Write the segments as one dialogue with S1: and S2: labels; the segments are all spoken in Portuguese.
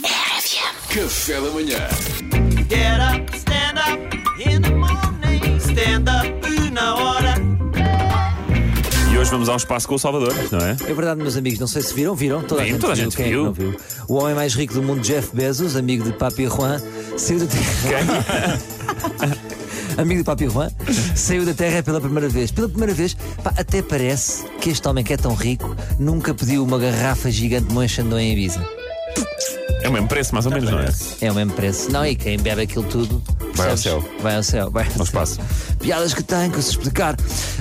S1: RFM.
S2: Café da manhã.
S3: Get up, stand up in the morning. Stand up na hora.
S4: E hoje vamos ao espaço com o Salvador, não é?
S5: É verdade, meus amigos, não sei se viram, viram? Toda
S4: Viu, toda a gente
S5: Quem é que
S4: viu.
S5: não viu. O homem mais rico do mundo, Jeff Bezos, amigo de Papi Juan, saiu da terra. amigo de Papi Juan, saiu da terra pela primeira vez. Pela primeira vez, pá, até parece que este homem que é tão rico nunca pediu uma garrafa gigante de Moët Chandon em Ibiza.
S4: É o mesmo preço, mais ou menos, não é?
S5: É o mesmo preço. Não, e quem bebe aquilo tudo.
S4: Vai ao
S5: percebes?
S4: céu.
S5: Vai ao céu, vai
S4: Ao espaço.
S5: piadas que tem, que eu se explicar.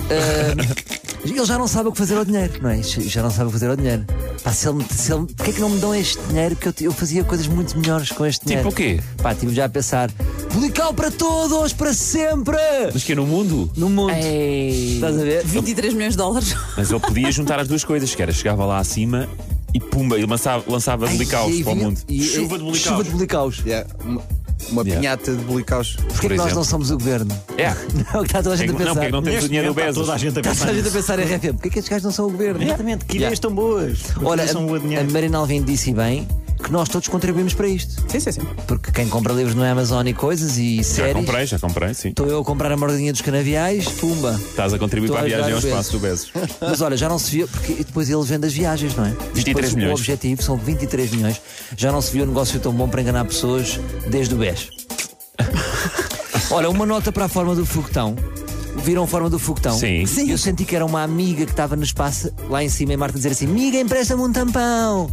S5: Ah, ele já não sabe o que fazer ao dinheiro, não é? Já não sabe o que fazer ao dinheiro. Pá, se ele, me- se ele, porquê é que não me dão este dinheiro? Porque eu, te- eu fazia coisas muito melhores com este dinheiro.
S4: o quê?
S5: Pá, estive já a pensar. Publicá-lo para todos, para sempre!
S4: Mas que é no mundo?
S5: No mundo.
S1: Ei.
S5: Estás a ver?
S1: 23 milhões de dólares.
S4: Mas ele podia juntar as duas coisas, que era chegava lá acima e pumba, ele lançava, lançava bolicaus
S5: Ai,
S4: para o
S5: e-
S4: mundo.
S5: e-
S4: Chuva de
S5: Chuva
S4: bolicaus.
S5: de bolicaus.
S6: Yeah, É, uma uma
S4: Yeah.
S6: pinhata de bolicaus.
S5: Porquê é que nós
S4: exemplo.
S5: não somos o governo?
S4: É.
S5: Não, está toda a
S4: É que-
S5: gente
S4: Não,
S5: a pensar.
S4: porque é que não temos o dinheiro do Bezos.
S5: Está toda a gente a pensar em RFM. Porquê é que estes gajos não são o governo?
S7: Exatamente, que ideias
S5: Yeah.
S7: tão boas.
S5: Olha,
S7: Olha, são boa
S5: a, a
S7: dinheiro.
S5: Marina Alvim disse e bem que nós todos contribuímos para isto.
S1: Sim, sim, sim.
S5: Porque quem compra livros no Amazon e coisas e
S4: Já
S5: séries.
S4: comprei, já comprei, sim.
S5: Estou eu a comprar a mordinha dos canaviais, pumba.
S4: Estás a contribuir
S5: Estou
S4: para a
S5: a
S4: viagem ao
S5: ajudar o
S4: espaço do Bezos.
S5: Mas olha, já não se viu, porque depois ele vende as viagens, não é? E
S4: 23
S5: depois
S4: milhões.
S5: O objetivo são 23 milhões. Já não se viu um negócio tão bom para enganar pessoas desde o BES. olha, uma nota para a forma do foguetão. Viram a forma do foguetão?
S4: Sim.
S5: Sim. Eu senti que era uma amiga que estava no espaço lá em cima em Marte a dizer assim: Miga, empresta-me um tampão.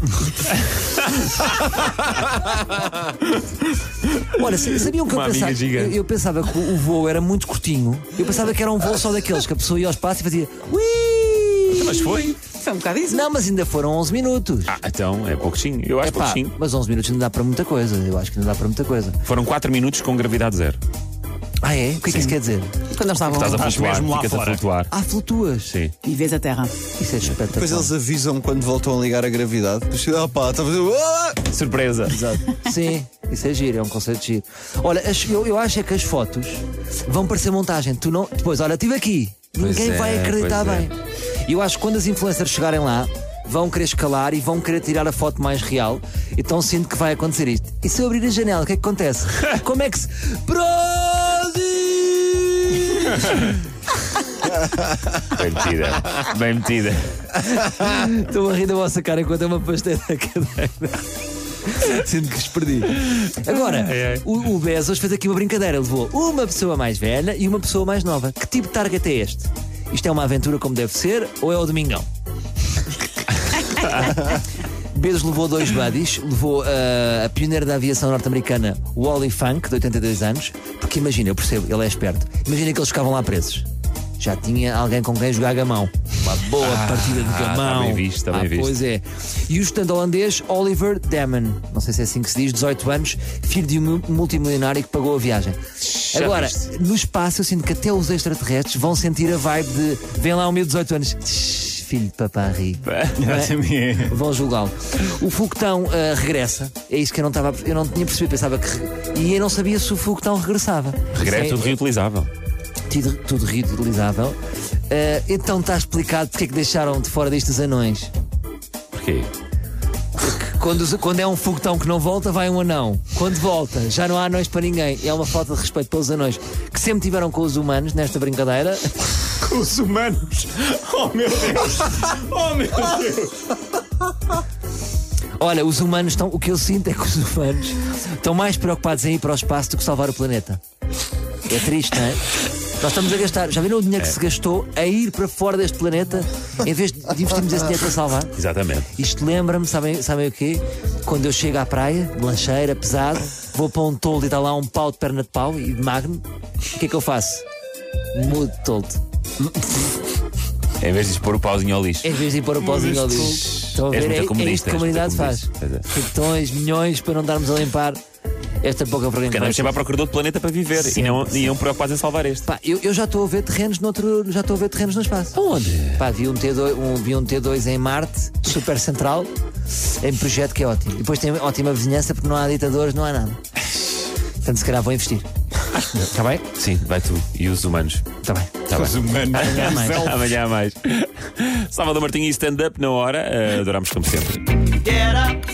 S5: Olha, sa- sabiam que
S4: Uma
S5: eu
S4: amiga
S5: pensava?
S4: gigante.
S5: Eu, eu pensava que o voo era muito curtinho. Eu pensava que era um voo só daqueles que a pessoa ia ao espaço e fazia. Ui!
S4: Mas foi?
S1: Foi um bocado isso.
S5: Não, mas ainda foram 11 minutos.
S4: Ah, então é pouquinho. Eu acho
S5: Epá,
S4: pouquinho.
S5: mas 11 minutos não dá para muita coisa. Eu acho que não dá para muita coisa.
S4: Foram 4 minutos com gravidade zero.
S5: Ah, é? O que é que isso quer dizer?
S1: Quando nós estávamos
S4: Estás a flutuar,
S7: mesmo lá
S4: ficas a
S7: fora.
S4: flutuar.
S5: Ah, flutuas.
S4: Sim.
S1: e vês a terra.
S5: Isso é espetacular.
S6: Depois eles avisam quando voltam a ligar a gravidade. Depois, Ah pá, está a fazer. Ah!
S4: Surpresa.
S5: Sim, isso é giro, é um conceito giro. Olha, as- eu, eu acho é que as fotos vão parecer montagem. Tu não, depois, olha, estive aqui. Ninguém
S4: é,
S5: vai acreditar
S4: pois é.
S5: bem. E eu acho que quando as influencers chegarem lá, vão querer escalar e vão querer tirar a foto mais real. Então sinto que vai acontecer isto. E se eu abrir a janela, o que é que acontece? Como é que se. Prodi!
S4: Bem metida. Bem metida.
S5: Estou a rir da vossa cara enquanto é uma pasteira na cadeira. Sinto que os perdi. Agora, o, o Bezos fez aqui uma brincadeira. Levou uma pessoa mais velha e uma pessoa mais nova. Que tipo de target é este? Isto é uma aventura como deve ser ou é o Domingão? Bezos levou dois buddies, levou ah, a pioneira da aviação norte-americana Wally Funk, de 82 anos, porque imagina, eu percebo, ele é esperto. Imagina que eles ficavam lá presos. Já tinha alguém com quem jogar gamão. Uma boa partida de gamão.
S4: Ah, tá bem visto, está bem
S5: Ah,
S4: visto.
S5: Pois é. E o estudante holandês Oliver Damon, não sei se é assim que se diz, 18 anos, filho de um mu- multimilionário que pagou a viagem. Agora,
S4: viste.
S5: no espaço, eu sinto que até os extraterrestres vão sentir a vibe de vem lá um miúdo de 18 anos. Tsh, Filho de papá rico. Não é? Vão julgá-lo. O foguetão ah, regressa. É isso que eu não estava. a- Eu não tinha percebido. Pensava que. re- E eu não sabia se o foguetão regressava.
S4: Regressa
S5: Isso é
S4: tudo reutilizável.
S5: tido- tudo reutilizável. Ah, então está explicado porque é que deixaram de fora destes anões.
S4: Porquê?
S5: Quando, os- quando é um foguetão que não volta, vai um anão. Quando volta, já não há anões para ninguém. É uma falta de respeito pelos anões que sempre tiveram com os humanos nesta brincadeira.
S4: Os humanos. Oh meu Deus. Oh meu Deus.
S5: Olha, os humanos estão. O que eu sinto é que os humanos estão mais preocupados em ir para o espaço do que salvar o planeta. É triste, não é? Nós estamos a gastar. Já viram o dinheiro
S4: É.
S5: que se gastou a ir para fora deste planeta em vez de investirmos esse dinheiro para salvar?
S4: Exatamente.
S5: Isto lembra-me, sabem, sabem o quê? Quando eu chego à praia, de lancheira, pesado, vou para um toldo e está lá um pau de perna de pau e de magno, o que é que eu faço? Mudo de toldo.
S4: Em vez de expor o pauzinho ao lixo.
S5: Em vez de ir pôr o pauzinho ao lixo. Estão a
S4: És
S5: ver?
S4: muito
S5: É, é
S4: comunista,
S5: isto que a
S4: és muito
S5: comunidade faz.
S4: comunista. Pois é.
S5: Foguetões, milhões para não darmos a limpar esta pouca vergonha.
S4: Porque andamos sempre à procura de outro planeta para viver e não
S5: Sempre,
S4: e não preocupados em salvar este.
S5: Pá, eu, eu já estou a ver terrenos noutro, já estou a ver terrenos no espaço. Onde? Pá, vi um T2, um, vi um T2 em Marte, super central, em projeto que é ótimo. E depois tem ótima vizinhança porque não há ditadores, não há nada. Portanto, se calhar vou investir. Está bem?
S4: Sim, vai tu. E os humanos.
S5: Está bem.
S4: Tá bem.
S5: Amanhã há mais.
S4: Amanhã há mais. Salvador Martinho e stand-up na hora. Eh, adorámos como sempre.
S3: Get up,